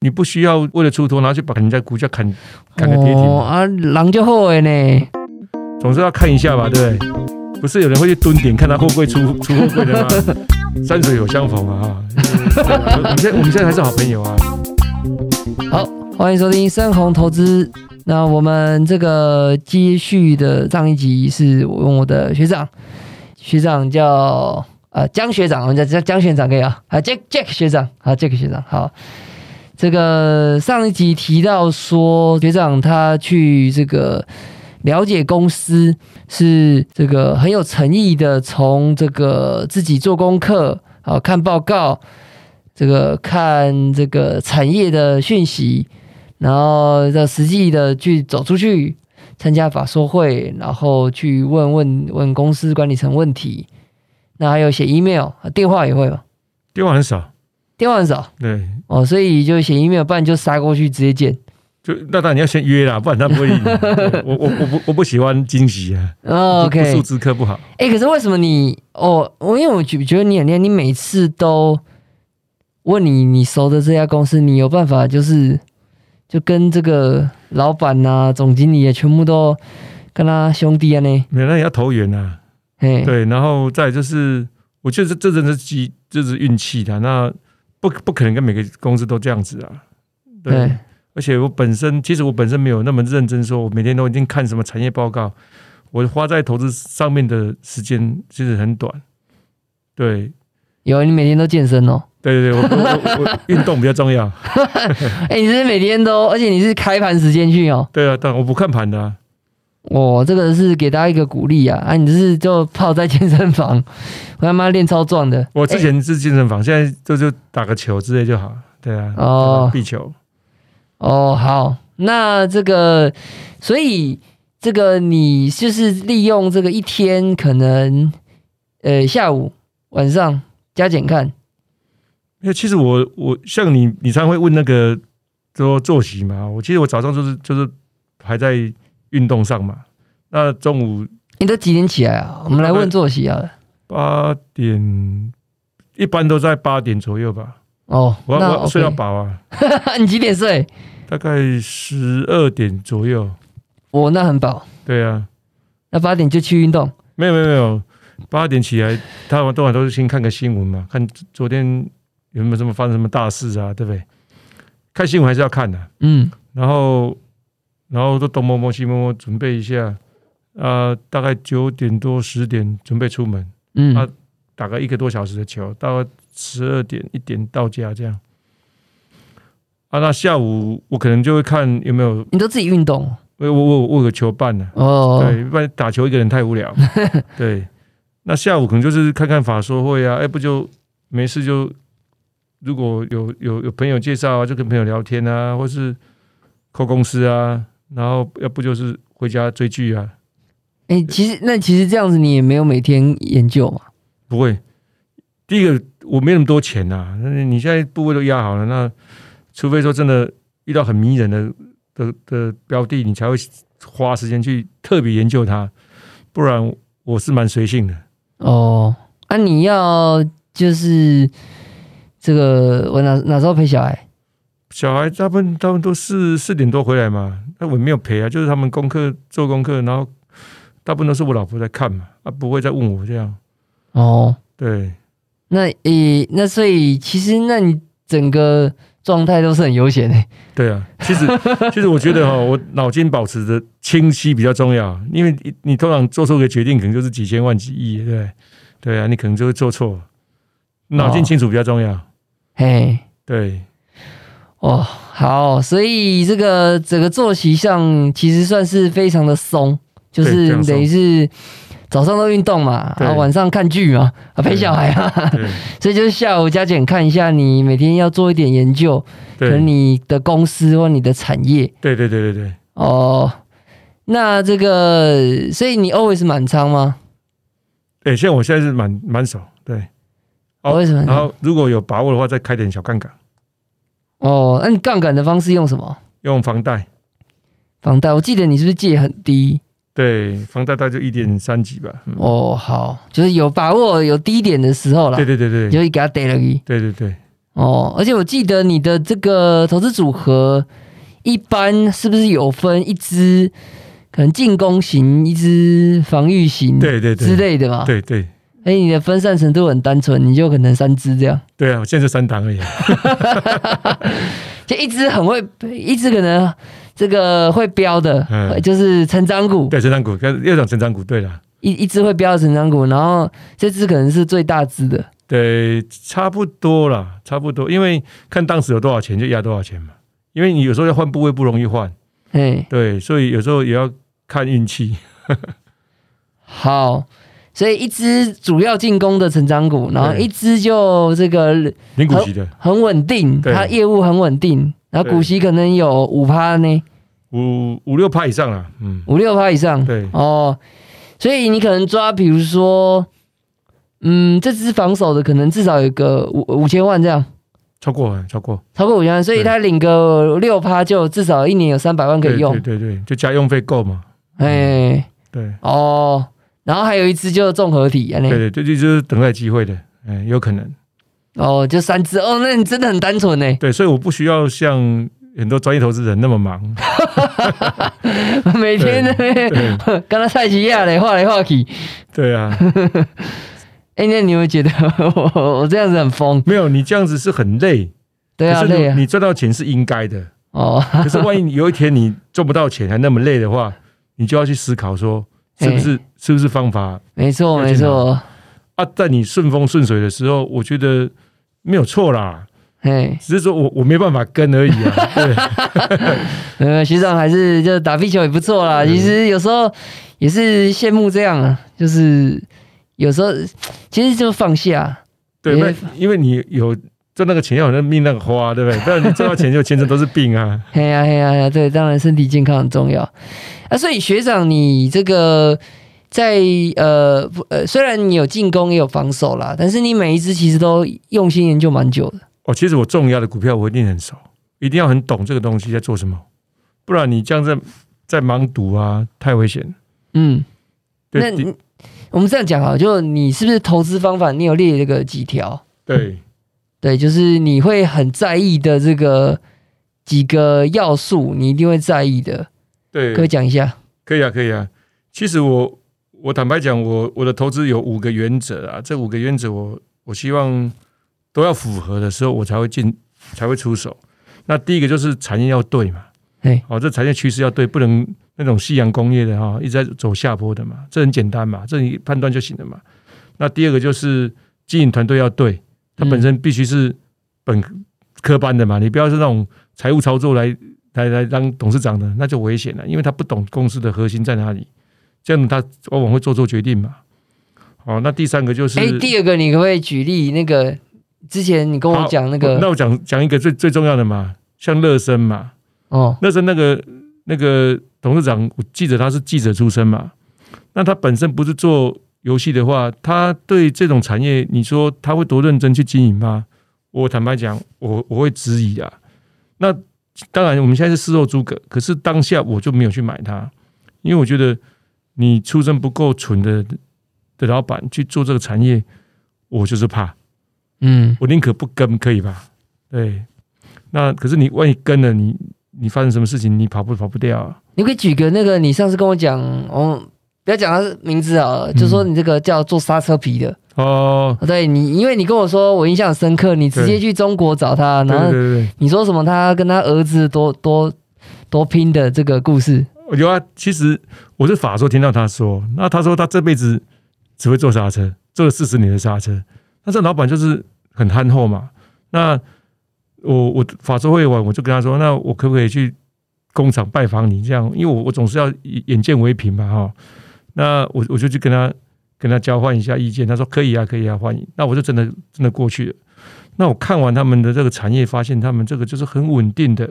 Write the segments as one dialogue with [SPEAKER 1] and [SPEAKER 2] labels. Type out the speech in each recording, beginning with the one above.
[SPEAKER 1] 你不需要为了出头，然后去把人家股价砍砍个跌停。
[SPEAKER 2] 哦啊，人就好的呢。
[SPEAKER 1] 总是要看一下吧，对不对？不是有人会去蹲点看他货柜出 出货柜的吗？山水有相逢啊！我们现在我们现在还是好朋友啊！
[SPEAKER 2] 好，欢迎收听深红投资。那我们这个接续的上一集是我问我的学长，学长叫呃江学长，我们叫叫江学长可以啊，啊 Jack Jack 学长，好 Jack 学长好。这个上一集提到说，学长他去这个了解公司，是这个很有诚意的，从这个自己做功课，啊看报告，这个看这个产业的讯息，然后要实际的去走出去参加法说会，然后去问问问公司管理层问题，那还有写 email，啊电话也会嘛，
[SPEAKER 1] 电话很少，
[SPEAKER 2] 电话很少
[SPEAKER 1] 对，
[SPEAKER 2] 哦，所以就写 email，不然就杀过去直接见。
[SPEAKER 1] 就那当然你要先约啦，不然他不会理你。对我我我不我不喜欢惊喜啊
[SPEAKER 2] 哦、
[SPEAKER 1] 不
[SPEAKER 2] OK，
[SPEAKER 1] 不速之客不好。
[SPEAKER 2] 哎、可是为什么你哦？我因为我觉觉得你很厉害，你每次都问你你熟的这家公司，你有办法就是就跟这个老板呐、总经理啊，全部都跟他兄弟啊呢？
[SPEAKER 1] 没有，那也要投缘啊。
[SPEAKER 2] 嘿，
[SPEAKER 1] 对，然后再来就是，我觉得这这真的是机，这是运气的。啊那不不可能跟每个公司都这样子啊。对，
[SPEAKER 2] 对
[SPEAKER 1] 而且我本身其实我本身没有那么认真说，我每天都一定看什么产业报告，我花在投资上面的时间其实很短。对
[SPEAKER 2] 有你每天都健身哦。
[SPEAKER 1] 对对对，我我我我 运动比较重要。
[SPEAKER 2] 哎、你是每天都，而且你是开盘时间去哦。
[SPEAKER 1] 对啊，但我不看盘的、啊，
[SPEAKER 2] 我、这个是给大家一个鼓励啊！啊，你这是就泡在健身房， 我他妈练超壮的。
[SPEAKER 1] 我之前是健身房，现在就就打个球之类就好。对啊，
[SPEAKER 2] 哦
[SPEAKER 1] 打壁球。
[SPEAKER 2] 哦，好，那这个，所以这个你就是利用这个一天，可能呃下午、晚上加减看，
[SPEAKER 1] 因为其实我我像你，你常会问那个说作息嘛，我其实我早上就是就是还在运动上嘛，那中午
[SPEAKER 2] 你都几点起来啊？我们来问作息啊。
[SPEAKER 1] 八点一般都在八点左右吧，
[SPEAKER 2] 哦，
[SPEAKER 1] 我要
[SPEAKER 2] 那
[SPEAKER 1] 我要睡到
[SPEAKER 2] OK
[SPEAKER 1] 饱啊，
[SPEAKER 2] 你几点睡？
[SPEAKER 1] 大概十二点左右，
[SPEAKER 2] 我哦那很饱，
[SPEAKER 1] 对啊，
[SPEAKER 2] 那八点就去运动。
[SPEAKER 1] 没有没有没有，八点起来，他们多少都是先看个新闻嘛，看昨天有没有什么发生什么大事啊，对不对？看新闻还是要看的、
[SPEAKER 2] 嗯，
[SPEAKER 1] 然后然后都东摸摸西摸摸，准备一下，啊，大概九点多十点准备出门，
[SPEAKER 2] 嗯，
[SPEAKER 1] 啊打个一个多小时的球，到十二点一点到家这样。啊，那下午我可能就会看有没有，
[SPEAKER 2] 你都自己运动
[SPEAKER 1] 我我我我有个球伴呢、
[SPEAKER 2] 哦。
[SPEAKER 1] 对，不然打球一个人太无聊。对，那下午可能就是看看法说会啊，哎，不就没事就，如果有有有朋友介绍啊，就跟朋友聊天啊，或是扣公司啊，然后要不就是回家追剧啊，
[SPEAKER 2] 哎、其实那其实这样子你也没有每天研究嘛。
[SPEAKER 1] 不会。第一个我没那么多钱呐、啊，那你现在部位都压好了，那除非说真的遇到很迷人的的的标的，你才会花时间去特别研究它，不然我是蛮随性的。
[SPEAKER 2] 哦，啊，你要就是这个，我哪哪时候陪小孩？
[SPEAKER 1] 小孩大部分他们都四四点多回来嘛，那我没有陪啊，就是他们功课做功课，然后大部分都是我老婆在看嘛，啊不会再问我这样。
[SPEAKER 2] 哦，
[SPEAKER 1] 对，
[SPEAKER 2] 那诶、那所以其实那你整个状态都是很悠闲的、
[SPEAKER 1] 对啊，其实 其实我觉得哈、哦我脑筋保持的清晰比较重要，因为你你通常做错个决定，可能就是几千万几亿，对不对？对啊，你可能就会做错，脑筋清楚比较重要。
[SPEAKER 2] 嘿，
[SPEAKER 1] 对，
[SPEAKER 2] 哦，好，所以这个整个作息上其实算是非常的松，就
[SPEAKER 1] 对非
[SPEAKER 2] 是
[SPEAKER 1] 常松
[SPEAKER 2] 等于是早上都运动嘛，
[SPEAKER 1] 对
[SPEAKER 2] 然后晚上看剧嘛，啊陪
[SPEAKER 1] 对
[SPEAKER 2] 小孩啊，
[SPEAKER 1] 对，
[SPEAKER 2] 所以就是下午加减看一下你每天要做一点研究，可能
[SPEAKER 1] 对，
[SPEAKER 2] 你的公司或你的产业
[SPEAKER 1] 对对对对对，
[SPEAKER 2] 哦。那这个，所以你 always 满仓吗？
[SPEAKER 1] 哎、像我现在是蛮蛮熟，对，哦
[SPEAKER 2] always 满
[SPEAKER 1] 然
[SPEAKER 2] 仓
[SPEAKER 1] 后如果有把握的话，再开点小杠杆，
[SPEAKER 2] 哦，那你杠杆的方式用什么？
[SPEAKER 1] 用房贷。
[SPEAKER 2] 房贷，我记得你是不是借很低？
[SPEAKER 1] 对，房贷大概就一点三几吧。嗯
[SPEAKER 2] 哦，好，就是有把握有低点的时候啦，
[SPEAKER 1] 对对对对
[SPEAKER 2] 你就给它逮了一。
[SPEAKER 1] 对对对，
[SPEAKER 2] 哦，而且我记得你的这个投资组合，一般是不是有分一支可能进攻型，一支防御型，
[SPEAKER 1] 对对对
[SPEAKER 2] 之类的嘛？。
[SPEAKER 1] 对对
[SPEAKER 2] 哎、你的分散程度很单纯，你就可能三支这样，
[SPEAKER 1] 对啊，我现在就三档而已啊。
[SPEAKER 2] 就一支很会，一支可能这个会标的，
[SPEAKER 1] 嗯
[SPEAKER 2] 就是成长股，
[SPEAKER 1] 对，成长股，跟要讲成长股，对啦，
[SPEAKER 2] 一一支会标的成长股，然后这支可能是最大支的。
[SPEAKER 1] 对，差不多啦，差不多，因为看当时有多少钱就压多少钱嘛。因为你有时候要换部位不容易换，
[SPEAKER 2] 哎，
[SPEAKER 1] 对，所以有时候也要看运 气。
[SPEAKER 2] 好，所以一支主要进攻的成长股，然后
[SPEAKER 1] 对
[SPEAKER 2] 一支就这个
[SPEAKER 1] 零股息的
[SPEAKER 2] 很稳定，
[SPEAKER 1] 对
[SPEAKER 2] 它业务很稳定，然后
[SPEAKER 1] 对
[SPEAKER 2] 股息可能有五趴呢，
[SPEAKER 1] 五五六趴以上啦，嗯，
[SPEAKER 2] 五六趴以上。
[SPEAKER 1] 对
[SPEAKER 2] 哦，所以你可能抓，比如说，嗯，这支防守的可能至少有个五五千万这样，
[SPEAKER 1] 超过啊超过
[SPEAKER 2] 超过五千万，所以
[SPEAKER 1] 对
[SPEAKER 2] 他领个六趴就至少一年有三百万可以用
[SPEAKER 1] 对。对对对，就家用费够嘛，
[SPEAKER 2] 哎，
[SPEAKER 1] 对
[SPEAKER 2] 哦，然后还有一支就是综合体啊，那
[SPEAKER 1] 对对，这就是等待机会的，嗯，有可能。
[SPEAKER 2] 哦，就三支哦，那你真的很单 纯呢，
[SPEAKER 1] 对，所以我不需要像很多专业投资人那么忙，
[SPEAKER 2] 每天呢， 跟他赛奇亚嘞画来画去。
[SPEAKER 1] 对啊，
[SPEAKER 2] 哎，那你有没有觉得 我我这样子很疯？
[SPEAKER 1] 没有你这样子是很累，
[SPEAKER 2] 对啊，
[SPEAKER 1] 可是
[SPEAKER 2] 累
[SPEAKER 1] 你
[SPEAKER 2] 啊。
[SPEAKER 1] 你赚到钱是应该的，
[SPEAKER 2] 哦，
[SPEAKER 1] 可是万一你有一天你赚不到钱还那么累的话，你就要去思考说
[SPEAKER 2] 哎
[SPEAKER 1] 是不是是不是方法
[SPEAKER 2] 没错
[SPEAKER 1] 要
[SPEAKER 2] 没
[SPEAKER 1] 去拿
[SPEAKER 2] 错，
[SPEAKER 1] 啊？在你顺风顺水的时候，我觉得没有错啦，
[SPEAKER 2] 哎，
[SPEAKER 1] 只是说我我没办法跟而已 啊，对
[SPEAKER 2] 呃，学长还是就打壁球也不错啦。
[SPEAKER 1] 嗯
[SPEAKER 2] 其实有时候也是羡慕这样啊，就是有时候其实就放下，
[SPEAKER 1] 对，
[SPEAKER 2] 没
[SPEAKER 1] 不然因为你有赚那个钱要有那命那个花，对不 对？不然你赚到钱就全身都是病啊。
[SPEAKER 2] 嘿呀、嘿呀、嘿呀、对，当然身体健康很重要啊。所以学长，你这个在呃不呃，虽然你有进攻也有防守啦，但是你每一支其实都用心研究蛮久的。
[SPEAKER 1] 哦，其实我重要的股票我一定很熟，一定要很懂这个东西在做什么，不然你这样在在盲读啊，太危险了。
[SPEAKER 2] 嗯，那
[SPEAKER 1] 对
[SPEAKER 2] 你我们这样讲啊，就你是不是投资方法，你有列这个几条？
[SPEAKER 1] 对
[SPEAKER 2] 对，就是你会很在意的这个几个要素，你一定会在意的。可不可以
[SPEAKER 1] 对，
[SPEAKER 2] 讲一下？
[SPEAKER 1] 可以啊，可以啊。其实我我坦白讲，我我的投资有五个原则啊，这五个原则我我希望都要符合的时候，我才会进才会出手。那第一个就是产业要对嘛，
[SPEAKER 2] 哎，
[SPEAKER 1] 哦，这产业趋势要对，不能那种夕阳工业的哈、一直在走下坡的嘛，这很简单嘛，这你判断就行了嘛。那第二个就是经营团队要对，它本
[SPEAKER 2] 嗯
[SPEAKER 1] 身必须是本科班的嘛，你不要是那种财务操作来来来当董事长的，那就危险了，因为他不懂公司的核心在哪里，这样他往往会做错决定嘛。哦，那第三个就是，
[SPEAKER 2] 哎，第二个你可不可以举例那个之前你跟我
[SPEAKER 1] 好
[SPEAKER 2] 讲那个
[SPEAKER 1] 那我讲讲一个最最重要的嘛，像乐生嘛，
[SPEAKER 2] 哦，
[SPEAKER 1] 那时候那个那个董事长，我记得他是记者出身嘛，那他本身不是做游戏的话，他对这种产业，你说他会多认真去经营吗？我坦白讲，我我会质疑啊。那当然，我们现在是事后诸葛，可是当下我就没有去买它，因为我觉得你出身不够蠢的的老板去做这个产业，我就是怕。
[SPEAKER 2] 嗯
[SPEAKER 1] 我宁可不跟，可以吧？对，那可是你万一跟了，你你发生什么事情，你跑不跑不掉啊？
[SPEAKER 2] 你可以举个那个，你上次跟我讲，哦，不要讲他名字啊，就说你这个叫做刹车皮的。
[SPEAKER 1] 哦，
[SPEAKER 2] 哦对你，因为你跟我说，我印象深刻，你直接去中国找他，
[SPEAKER 1] 对对
[SPEAKER 2] 然后
[SPEAKER 1] 对
[SPEAKER 2] 你说什么他跟他儿子多多多拼的这个故事。
[SPEAKER 1] 对，有啊。其实我是法说听到他说，那他说他这辈子只会做刹车，做了四十年的刹车。那这老板就是很憨厚嘛。那我我法说会完，我就跟他说，那我可不可以去工厂拜访你？这样，因为我我总是要以眼见为凭嘛，哈。那我我就去跟他跟他交换一下意见，他说可以啊，可以啊，欢迎。那我就真的真的过去了。那我看完他们的这个产业，发现他们这个就是很稳定的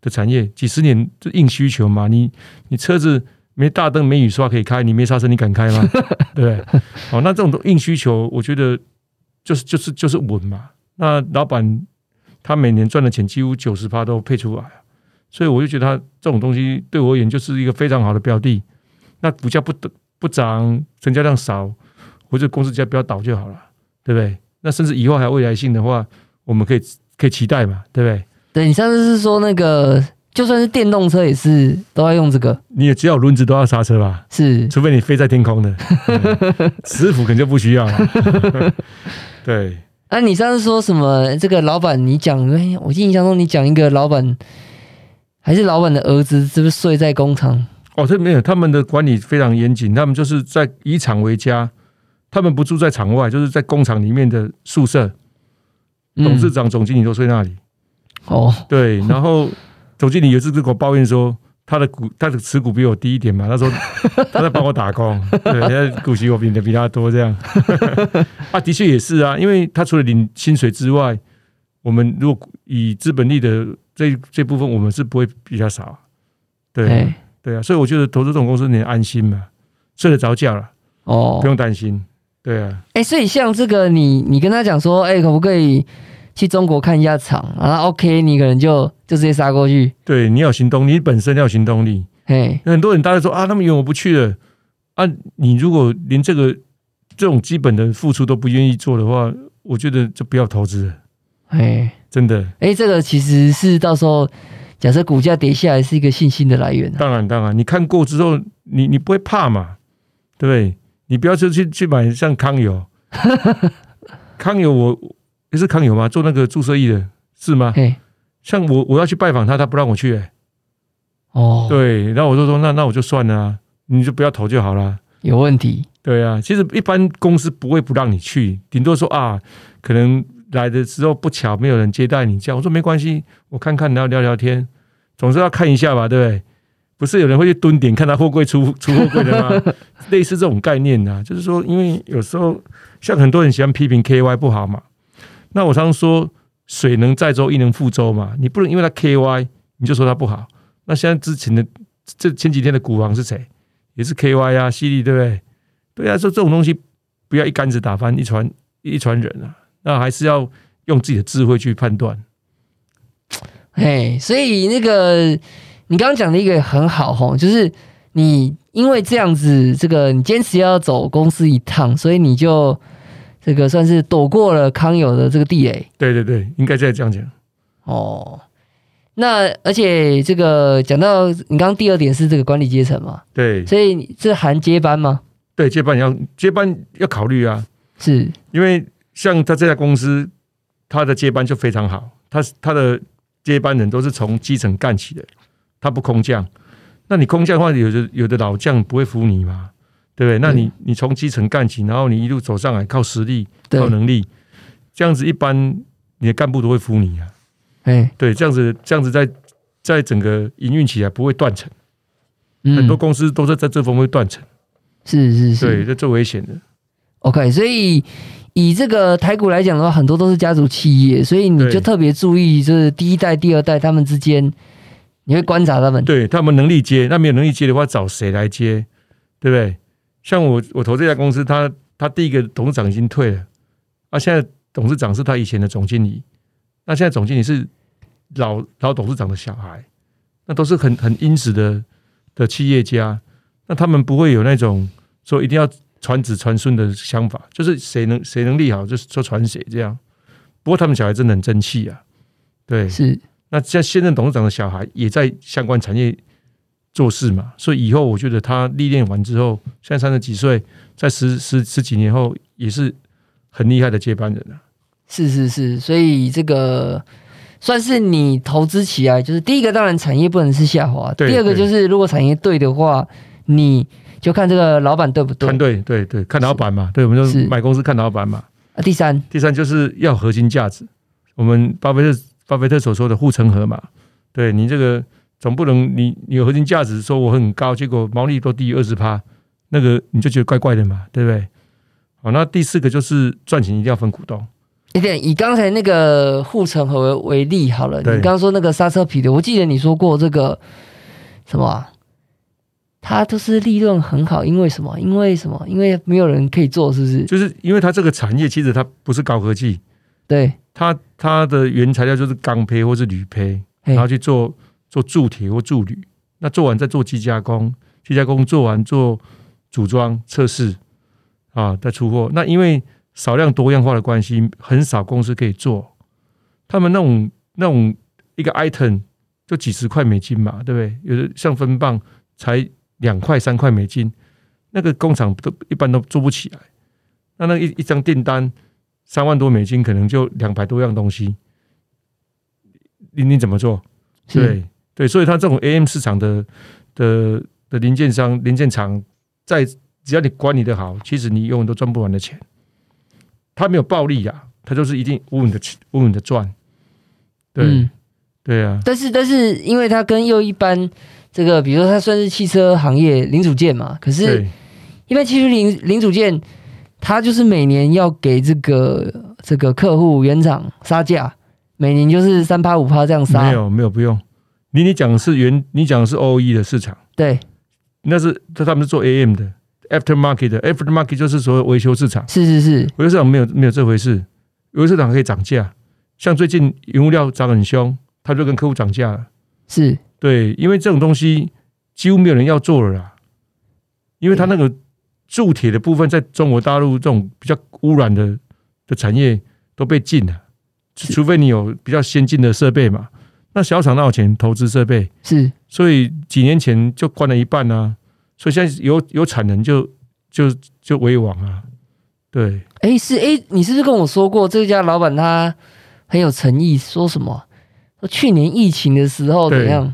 [SPEAKER 1] 的产业，几十年就硬需求嘛。你你车子没大灯、没雨刷可以开，你没刹车你敢开吗？对不对？好，那这种硬需求，我觉得就是就是就是稳嘛。那老板他每年赚的钱几乎九十趴都配出来，所以我就觉得他这种东西对我而言就是一个非常好的标的。那股价不得不涨，成交量少，或者公司只要不要倒就好了，对不对？那甚至以后还有未来性的话，我们可以可以期待嘛，对不对？
[SPEAKER 2] 对你上次是说那个，就算是电动车也是都要用这个，
[SPEAKER 1] 你也只要有轮子都要刹车吧，
[SPEAKER 2] 是
[SPEAKER 1] 除非你飞在天空的，嗯磁浮可能就不需要了。 对，
[SPEAKER 2] 那、你上次说什么？这个老板，你讲，哎我印象中你讲一个老板，还是老板的儿子，是不是睡在工厂？
[SPEAKER 1] 哦，这没有，他们的管理非常严谨，他们就是在以厂为家，他们不住在厂外，就是在工厂里面的宿舍，
[SPEAKER 2] 嗯
[SPEAKER 1] 董事长、总经理都睡那里。
[SPEAKER 2] 哦，
[SPEAKER 1] 对，然后总经理有一次跟我抱怨说，他的股他的持股比我低一点嘛，他说 他在帮我打工，对，他的股息我领的比他多这样。 啊，的确也是啊，因为他除了领薪水之外，我们如果以资本利的这这部分，我们是不会比他少啊。对
[SPEAKER 2] 哎，
[SPEAKER 1] 对啊，所以我觉得投资这种公司你很安心嘛，睡得着觉了，
[SPEAKER 2] 哦
[SPEAKER 1] 不，用担心。对啊，
[SPEAKER 2] 哎、所以像这个你，你跟他讲说，哎、可不可以去中国看一下厂？然后 OK，你可能就就直接杀过去，
[SPEAKER 1] 对，你要有行动，你本身要有行动力。
[SPEAKER 2] 嘿，
[SPEAKER 1] 很多人大家说啊，那么远我不去了啊。你如果连这个这种基本的付出都不愿意做的话，我觉得就不要投资了，
[SPEAKER 2] 哎，
[SPEAKER 1] 真的。
[SPEAKER 2] 哎，这个其实是到时候假设股价跌下来是一个信心的来源啊、
[SPEAKER 1] 当然，当然，你看过之后，你你不会怕嘛？对不对？你不要去去去买像康友， 康友我诶是康友吗？做那个注射液的是吗？
[SPEAKER 2] 嘿，
[SPEAKER 1] 像我我要去拜访他，他不让我去、欸，
[SPEAKER 2] 哦，
[SPEAKER 1] 对，然后我就说那那我就算了啊、你就不要投就好了。啊
[SPEAKER 2] 有问题，
[SPEAKER 1] 对啊，其实一般公司不会不让你去，顶多说啊，可能来的时候不巧没有人接待你，这样我说没关系，我看看，然后聊聊天，总是要看一下吧，对不对？不是有人会去蹲点看他货柜出 出货柜的吗？ 类似这种概念呐、就是说，因为有时候像很多人喜欢批评 KY 不好嘛，那我常说水能载舟，亦能覆舟嘛，你不能因为它 KY 你就说它不好。那现在之前的这前几天的股王是谁？也是 KY 啊，犀利对不对？对啊，说这种东西不要一竿子打翻一船一船人啊，那还是要用自己的智慧去判断。
[SPEAKER 2] 嘿，所以那个你刚刚讲的一个很好吼，就是你因为这样子，这个你坚持要走公司一趟，所以你就这个算是躲过了康友的这个地雷。
[SPEAKER 1] 对对对，应该再这样讲。
[SPEAKER 2] 哦，那而且这个讲到你刚刚第二点是这个管理阶层嘛，
[SPEAKER 1] 对
[SPEAKER 2] 所以你这含接班吗？
[SPEAKER 1] 对，接班也要接班要考虑啊，
[SPEAKER 2] 是
[SPEAKER 1] 因为像他这家公司，他的接班就非常好，他他的接班人都是从基层干起的，他不空降。那你空降的话，有的有的老将不会服你嘛，对不对？那你你从基层干起，然后你一路走上来，靠实力，
[SPEAKER 2] 对
[SPEAKER 1] 靠，能力，这样子一般你的干部都会服你啊。
[SPEAKER 2] 哎，
[SPEAKER 1] 对，这样子这样子在在整个营运起来不会断层，
[SPEAKER 2] 嗯
[SPEAKER 1] 很多公司都是在这方面断层，
[SPEAKER 2] 是是
[SPEAKER 1] 对，
[SPEAKER 2] 是
[SPEAKER 1] 这最危险的。
[SPEAKER 2] ，OK，所以。以这个台股来讲的话，很多都是家族企业，所以你
[SPEAKER 1] 对
[SPEAKER 2] 就特别注意，就是第一代、第二代他们之间，你会观察他们。
[SPEAKER 1] 对他们能力接，那没有能力接的话，找谁来接？对不对？像我我投这家公司，他他第一个董事长已经退了，啊，现在董事长是他以前的总经理，那现在总经理是老老董事长的小孩，那都是很很殷实的的企业家，那他们不会有那种说一定要传子传孙的想法，就是谁能谁能力好，就是说传谁这样。不过他们小孩真的很争气啊，对，
[SPEAKER 2] 是
[SPEAKER 1] 那现现任董事长的小孩也在相关产业做事嘛，所以以后我觉得他历练完之后，现在三十几岁，在十十十几年后也是很厉害的接班人啊。
[SPEAKER 2] 是是是，所以这个算是你投资起来，就是第一个当然产业不能是下滑，
[SPEAKER 1] 对
[SPEAKER 2] 第二个
[SPEAKER 1] 对
[SPEAKER 2] 就是如果产业对的话，你就看这个老板对不对
[SPEAKER 1] 看。对对对，看老板嘛，对，我们就是买公司看老板嘛。
[SPEAKER 2] 啊，第三，
[SPEAKER 1] 第三就是要核心价值，我们巴菲特巴菲特所说的护城河嘛，对你这个总不能你你有核心价值，说我很高，结果毛利都低于二十趴，那个你就觉得怪怪的嘛，对不对？好，那第四个就是赚钱一定要分股东。
[SPEAKER 2] 一点以刚才那个护城河为例好了，你
[SPEAKER 1] 对
[SPEAKER 2] 刚刚说那个刹车皮的，我记得你说过这个什么、啊，它都是利润很好，因为什么？因为什么？因为没有人可以做，是不是？
[SPEAKER 1] 就是因为它这个产业其实它不是高科技，
[SPEAKER 2] 对，
[SPEAKER 1] 它它的原材料就是钢坯或是铝坯，
[SPEAKER 2] 嘿
[SPEAKER 1] 然后去做做铸铁或铸铝，那做完再做机加工，机加工做完做组装测试啊，再出货。那因为少量多样化的关系，很少公司可以做，他们那种那种一个 item 就几十块美金嘛，对不对？有的像分棒才两块三块美金，那个工厂都一般都做不起来。那那一一张订单三万多美金，可能就两百多样东西，你你怎么做？
[SPEAKER 2] 是
[SPEAKER 1] 对对，所以它这种 AM 市场的的的零件商、零件厂，在只要你管理的好，其实你永远都赚不完的钱。它没有暴利啊，它就是一定稳稳的稳稳的赚。对、
[SPEAKER 2] 嗯，
[SPEAKER 1] 对啊，
[SPEAKER 2] 但是但是因为它跟又一般这个，比如说它算是汽车行业零组件嘛，可是
[SPEAKER 1] 对
[SPEAKER 2] 一般汽车零零组件，它就是每年要给这个这个客户原厂杀价，每年就是三趴五趴这样
[SPEAKER 1] 没
[SPEAKER 2] 杀，
[SPEAKER 1] 有没有不用。你你讲的是原，你讲的是 OE 的市场，
[SPEAKER 2] 对，
[SPEAKER 1] 那是他他们是做 AM 的 aftermarket 的 aftermarket 就是所谓维修市场。
[SPEAKER 2] 是是是，
[SPEAKER 1] 维修市场没有没有这回事，维修市场可以涨价，像最近原物料涨很凶，他就跟客户涨价了。
[SPEAKER 2] 是
[SPEAKER 1] 对，因为这种东西几乎没有人要做了啦，因为它那个铸铁的部分，在中国大陆这种比较污染的的产业都被禁了，除除非你有比较先进的设备嘛。那小厂哪有钱投资设备？
[SPEAKER 2] 是，
[SPEAKER 1] 所以几年前就关了一半啊，所以现在有有产能就就就为王啊，对，
[SPEAKER 2] 哎、是哎、诶你是不是跟我说过这家老板他很有诚意，说什么？说去年疫情的时候
[SPEAKER 1] 对
[SPEAKER 2] 怎样？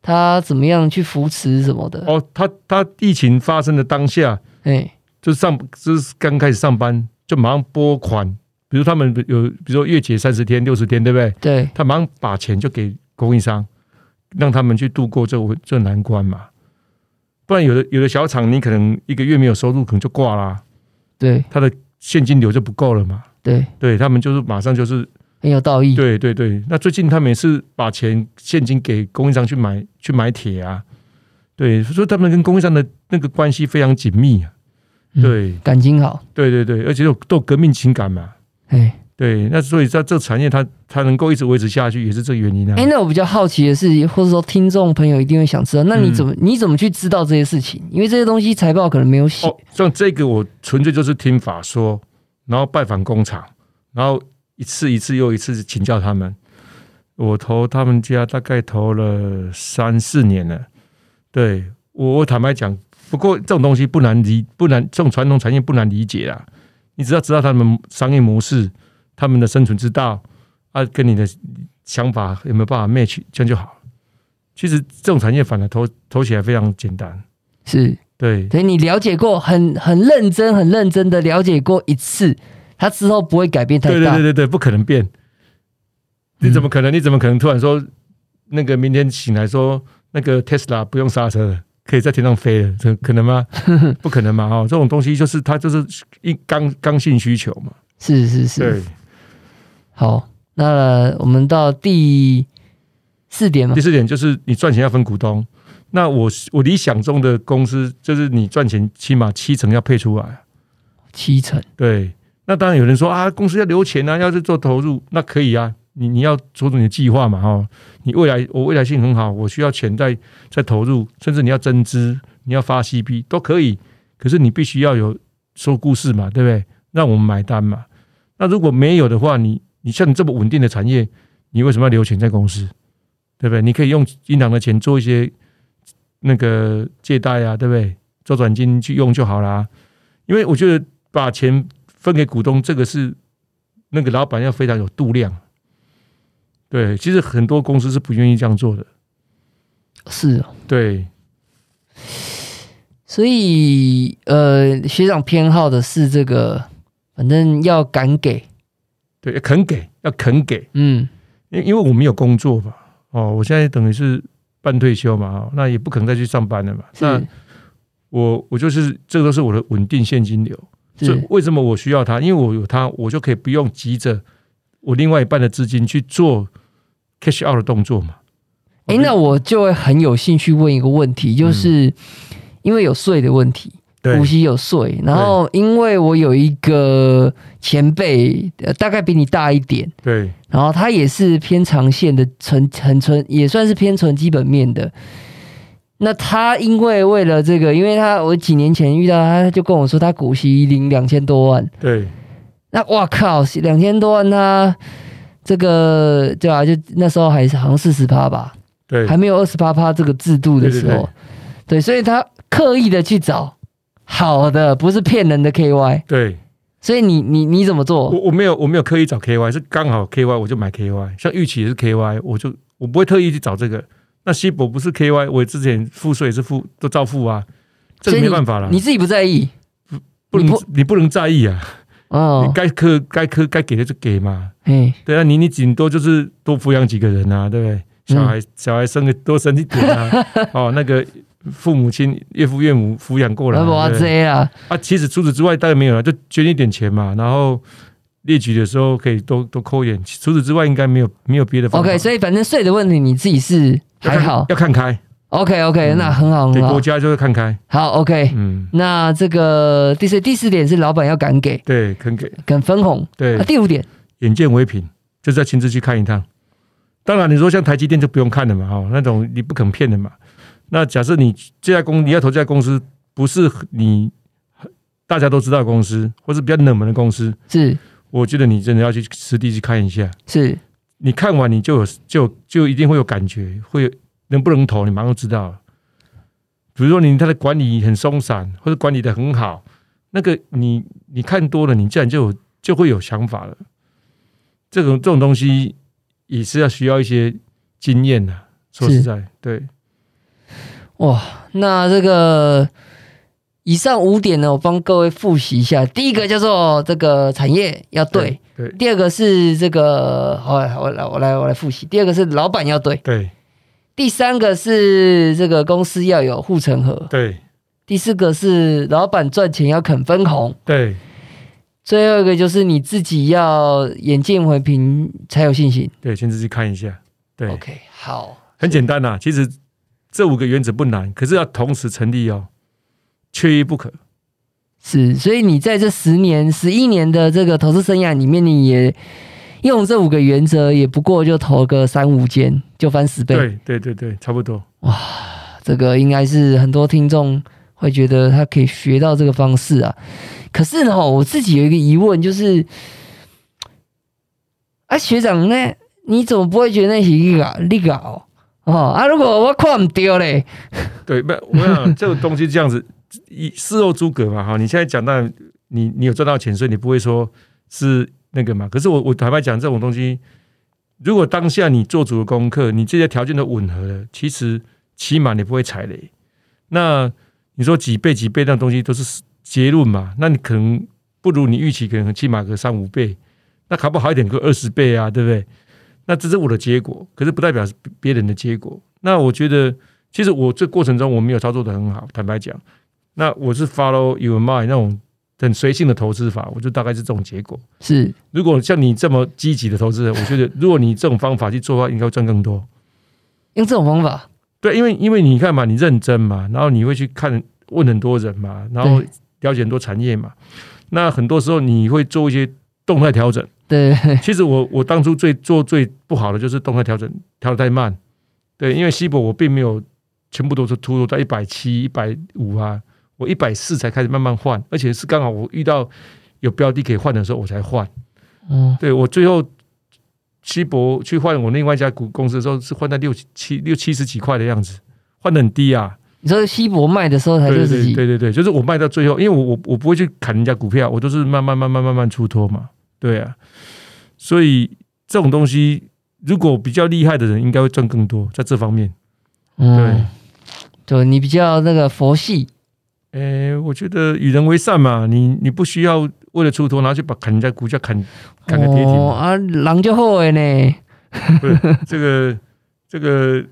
[SPEAKER 2] 他怎么样去扶持什么的？
[SPEAKER 1] 哦，他他疫情发生的当下，
[SPEAKER 2] 哎、
[SPEAKER 1] 就是上就是刚开始上班就马上拨款，比如他们有比如说月结三十天、六十天，对不对？
[SPEAKER 2] 对，
[SPEAKER 1] 他马上把钱就给供应商，让他们去度过这这难关嘛。不然有的有的小厂，你可能一个月没有收入，可能就挂啦、
[SPEAKER 2] 对
[SPEAKER 1] 他的现金流就不够了嘛。
[SPEAKER 2] 对，
[SPEAKER 1] 对他们就是马上就是
[SPEAKER 2] 很有道义。
[SPEAKER 1] 对对对，那最近他们也是把钱现金给供应商去买去买铁啊，对，所以他们跟供应商的那个关系非常紧密啊。
[SPEAKER 2] 嗯
[SPEAKER 1] 对、
[SPEAKER 2] 感情好，
[SPEAKER 1] 对对对，而且有都有革命情感嘛。
[SPEAKER 2] 哎、
[SPEAKER 1] 对，那所以在这个产业它它能够一直维持下去，也是这个原因啊。
[SPEAKER 2] 哎、那我比较好奇的是，或者说听众朋友一定会想知道，那你
[SPEAKER 1] 嗯
[SPEAKER 2] 怎么、你怎么去知道这些事情？因为这些东西财报可能没有写，
[SPEAKER 1] 哦，像这个我纯粹就是听法说，然后拜访工厂，然后一次一次又一次请教他们。我投他们家大概投了三四年了。对我，我坦白讲，不过这种东西不难理，不难这种传统产业不难理解啦。你只要知道他们商业模式、他们的生存之道啊，跟你的想法有没有办法 match，这样就好了。其实这种产业反而投投起来非常简单，
[SPEAKER 2] 是，
[SPEAKER 1] 对，
[SPEAKER 2] 所以你了解过，很很认真、很认真的了解过一次，它之后不会改变太大。
[SPEAKER 1] 对对对对对，不可能变。你怎么可能？你怎么可能突然说那个明天醒来说那个 Tesla 不用刹车了，可以在天上飞了？这可能 吗？不可能嘛！哦，这种东西就是它就是一刚刚性需求嘛。
[SPEAKER 2] 是是是，，好，那我们到第四点嘛
[SPEAKER 1] 第，四点就是你赚钱要分股东。那我我理想中的公司就是你赚钱起码七成要配出来。
[SPEAKER 2] 七成，
[SPEAKER 1] 对，那当然有人说啊，公司要留钱啊，要是做投入，那可以啊，你你要做出你的计划嘛，哦，你未来我未来性很好，我需要钱再再投入，甚至你要增资，你要发 CB 都可以，可是你必须要有说故事嘛，对不对？让我们买单嘛。那如果没有的话，你你像你这么稳定的产业，你为什么要留钱在公司？对不对？你可以用银行的钱做一些那个借贷啊，对不对？周转金去用就好啦。因为我觉得把钱分给股东，这个是那个老板要非常有度量。对，其实很多公司是不愿意这样做的。
[SPEAKER 2] 是哦。
[SPEAKER 1] 对，
[SPEAKER 2] 所以呃，学长偏好的是这个，反正要敢给，
[SPEAKER 1] 对，肯给要肯给，
[SPEAKER 2] 嗯，
[SPEAKER 1] 因因为我没有工作嘛，哦，我现在等于是半退休嘛，哦那也不可能再去上班了嘛。那
[SPEAKER 2] 是
[SPEAKER 1] 我我就是这个都是我的稳定现金流，所以
[SPEAKER 2] 是
[SPEAKER 1] 为什么我需要它？因为我有它，我就可以不用急着我另外一半的资金去做 cash out 的动作嘛。
[SPEAKER 2] 哎、那我就会很有兴趣问一个问题，就是、因为有税的问题，
[SPEAKER 1] 嗯对
[SPEAKER 2] 股息有税，然后因为我有一个前辈，呃，大概比你大一点，
[SPEAKER 1] 对
[SPEAKER 2] 然后他也是偏长线的纯很纯，也算是偏纯基本面的。那他因为为了这个，因为他我几年前遇到他，他就跟我说他股息领两千多万，
[SPEAKER 1] 对
[SPEAKER 2] 那哇靠，两千多万他这个对啊，就那时候还是好像四十趴吧，
[SPEAKER 1] 对
[SPEAKER 2] 还没有二十八趴这个制度的时
[SPEAKER 1] 对
[SPEAKER 2] 候，
[SPEAKER 1] 对
[SPEAKER 2] 对，所以他刻意的去找好的，不是骗人的 KY。
[SPEAKER 1] 对，
[SPEAKER 2] 所以你你你怎么
[SPEAKER 1] 我
[SPEAKER 2] 做？
[SPEAKER 1] 我没有我没有刻意找 KY，是刚好 KY 我就买 KY，像玉琪也是 KY，我就我不会特意去找这个。那西博不是 KY，我之前付税也是付都照付啊，这
[SPEAKER 2] 所以
[SPEAKER 1] 个
[SPEAKER 2] 你
[SPEAKER 1] 没办法啦，
[SPEAKER 2] 你自己不在意，
[SPEAKER 1] 不能
[SPEAKER 2] 你
[SPEAKER 1] 你
[SPEAKER 2] 不
[SPEAKER 1] 不能在意啊，你
[SPEAKER 2] 嗯，
[SPEAKER 1] 该磕该磕该给的就给嘛。
[SPEAKER 2] 哎，
[SPEAKER 1] 对啊，你你顶多就是多抚养几个人啊，对不对？
[SPEAKER 2] 嗯
[SPEAKER 1] 小孩、小孩生个多生一点 啊，哦，那个父母亲岳父岳母抚养过来
[SPEAKER 2] 那
[SPEAKER 1] 啊，
[SPEAKER 2] 我
[SPEAKER 1] 对不对
[SPEAKER 2] 这啦，
[SPEAKER 1] 啊，其实除此之外当然没有啊了，就捐一点钱嘛，然后列举的时候可以多多扣一点。除此之外应该没有没有别的方法。
[SPEAKER 2] OK，所以反正税的问题你自己是
[SPEAKER 1] 要
[SPEAKER 2] 还
[SPEAKER 1] 看
[SPEAKER 2] 好。
[SPEAKER 1] 要看开，
[SPEAKER 2] OK OK，、
[SPEAKER 1] 嗯
[SPEAKER 2] 那很好
[SPEAKER 1] 给
[SPEAKER 2] 很好
[SPEAKER 1] 国。家就是看开。
[SPEAKER 2] 好 OK，、
[SPEAKER 1] 嗯，
[SPEAKER 2] 那这个第四第四点是老板要敢给，
[SPEAKER 1] 对，肯给
[SPEAKER 2] 敢分红。
[SPEAKER 1] 对
[SPEAKER 2] 啊，，第五点，
[SPEAKER 1] 眼见为凭，就是要亲自去看一趟。当然，你说像台积电就不用看了嘛，哦，那种你不肯骗的嘛。那假设你这家公你要投这家公司，不是你大家都知道的公司，或是比较冷门的公司，
[SPEAKER 2] 是
[SPEAKER 1] 我觉得你真的要去实地去看一下。
[SPEAKER 2] 是
[SPEAKER 1] 你看完你就有就就一定会有感觉，会有能不能投，你马上就知道了。比如说你他的管理很松散，或者管理的很好，那个你你看多了，你自然就有就会有想法了。这种这种东西也是要需要一些经验的、说实
[SPEAKER 2] 是
[SPEAKER 1] 在，对
[SPEAKER 2] 哇。那这个以上五点呢，我帮各位复习一下。第一个叫做这个产业要对，
[SPEAKER 1] 对
[SPEAKER 2] 第二个是这个，好，我来我来我来复习。第二个是老板要对，
[SPEAKER 1] 对
[SPEAKER 2] 第三个是这个公司要有护城河，
[SPEAKER 1] 对
[SPEAKER 2] 第四个是老板赚钱要肯分红。
[SPEAKER 1] 对
[SPEAKER 2] 最后一个就是你自己要眼见为凭才有信心。
[SPEAKER 1] 对，先自己看一下。对，
[SPEAKER 2] OK，好，
[SPEAKER 1] 很简单呐、啊其实这五个原则不难，可是要同时成立哦，缺一不可。
[SPEAKER 2] 是，所以你在这十年、十一年的这个投资生涯里面，你也用这五个原则，也不过就投个三五间就翻十倍。
[SPEAKER 1] 对对对对，差不多。
[SPEAKER 2] 这个应该是很多听众会觉得他可以学到这个方式啊。可是呢，我自己有一个疑问，就是啊，学长那你怎么不会觉得那是你搞你搞哦？啊，如果我看唔对嘞，
[SPEAKER 1] 对，不，我想这个东西这样子，以事后诸葛嘛，哈，你现在讲到你你有赚到钱，所以你不会说是那个嘛。可是我我坦白讲，这种东西，如果当下你做足了功课，你这些条件都吻合了，其实起码你不会踩雷。那你说几倍几倍那东西都是结论嘛，那你可能不如你预期，可能起码个三五倍，那搞不好一点个二十倍啊，对不对？那这是我的结果，可是不代表是别人的结果。那我觉得。其实我这过程中我没有操作的很好，坦白讲，那我是 follow your mind 那种很随性的投资法，我就大概是这种结果。
[SPEAKER 2] 是
[SPEAKER 1] 如果像你这么积极的投资人，我觉得如果你这种方法去做的话，应该会赚更多。
[SPEAKER 2] 用这种方法，
[SPEAKER 1] 对，因为因为你看嘛，你认真嘛，然后你会去看问很多人嘛，然后
[SPEAKER 2] 对
[SPEAKER 1] 了解很多产业嘛，那很多时候你会做一些动态调整。
[SPEAKER 2] 对，
[SPEAKER 1] 其实我我当初最做最不好的就是动态调整调的太慢，对，因为西博我并没有全部都是突入到一百七、一百五啊，我一百四才开始慢慢换，而且是刚好我遇到有标的可以换的时候我才换。
[SPEAKER 2] 嗯，
[SPEAKER 1] 对我最后西博去换我另外一家股公司的时候是换到六七六七十几块的样子，换的很低啊。
[SPEAKER 2] 你说西博卖的时候才
[SPEAKER 1] 对对
[SPEAKER 2] 六十
[SPEAKER 1] 对
[SPEAKER 2] 几，
[SPEAKER 1] 对对对，就是我卖到最后，因为我我我不会去砍人家股票，我都是慢慢慢慢慢慢出脱嘛，对啊，所以这种东西，如果比较厉害的人，应该会赚更多，在这方面，
[SPEAKER 2] 嗯，对你比较那个佛系，
[SPEAKER 1] 诶，我觉得与人为善嘛，你你不需要为了出脱，然后去把砍人家股价砍砍个跌停，
[SPEAKER 2] 哦啊，狼就好的呢，
[SPEAKER 1] 不是 这个这个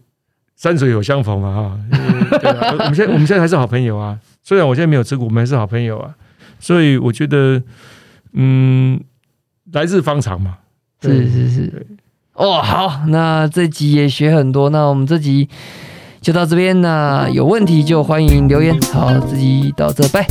[SPEAKER 1] 山水有相逢嘛哈、 呃对啊，我们现在我们现在还是好朋友啊，虽然我现在没有持股，我们还是好朋友啊，所以我觉得，嗯，来日方长嘛，对
[SPEAKER 2] 是是是
[SPEAKER 1] 对，
[SPEAKER 2] 哦，好，那这集也学很多，那我们这集就到这边，那有问题就欢迎留言，好，这集到这，拜。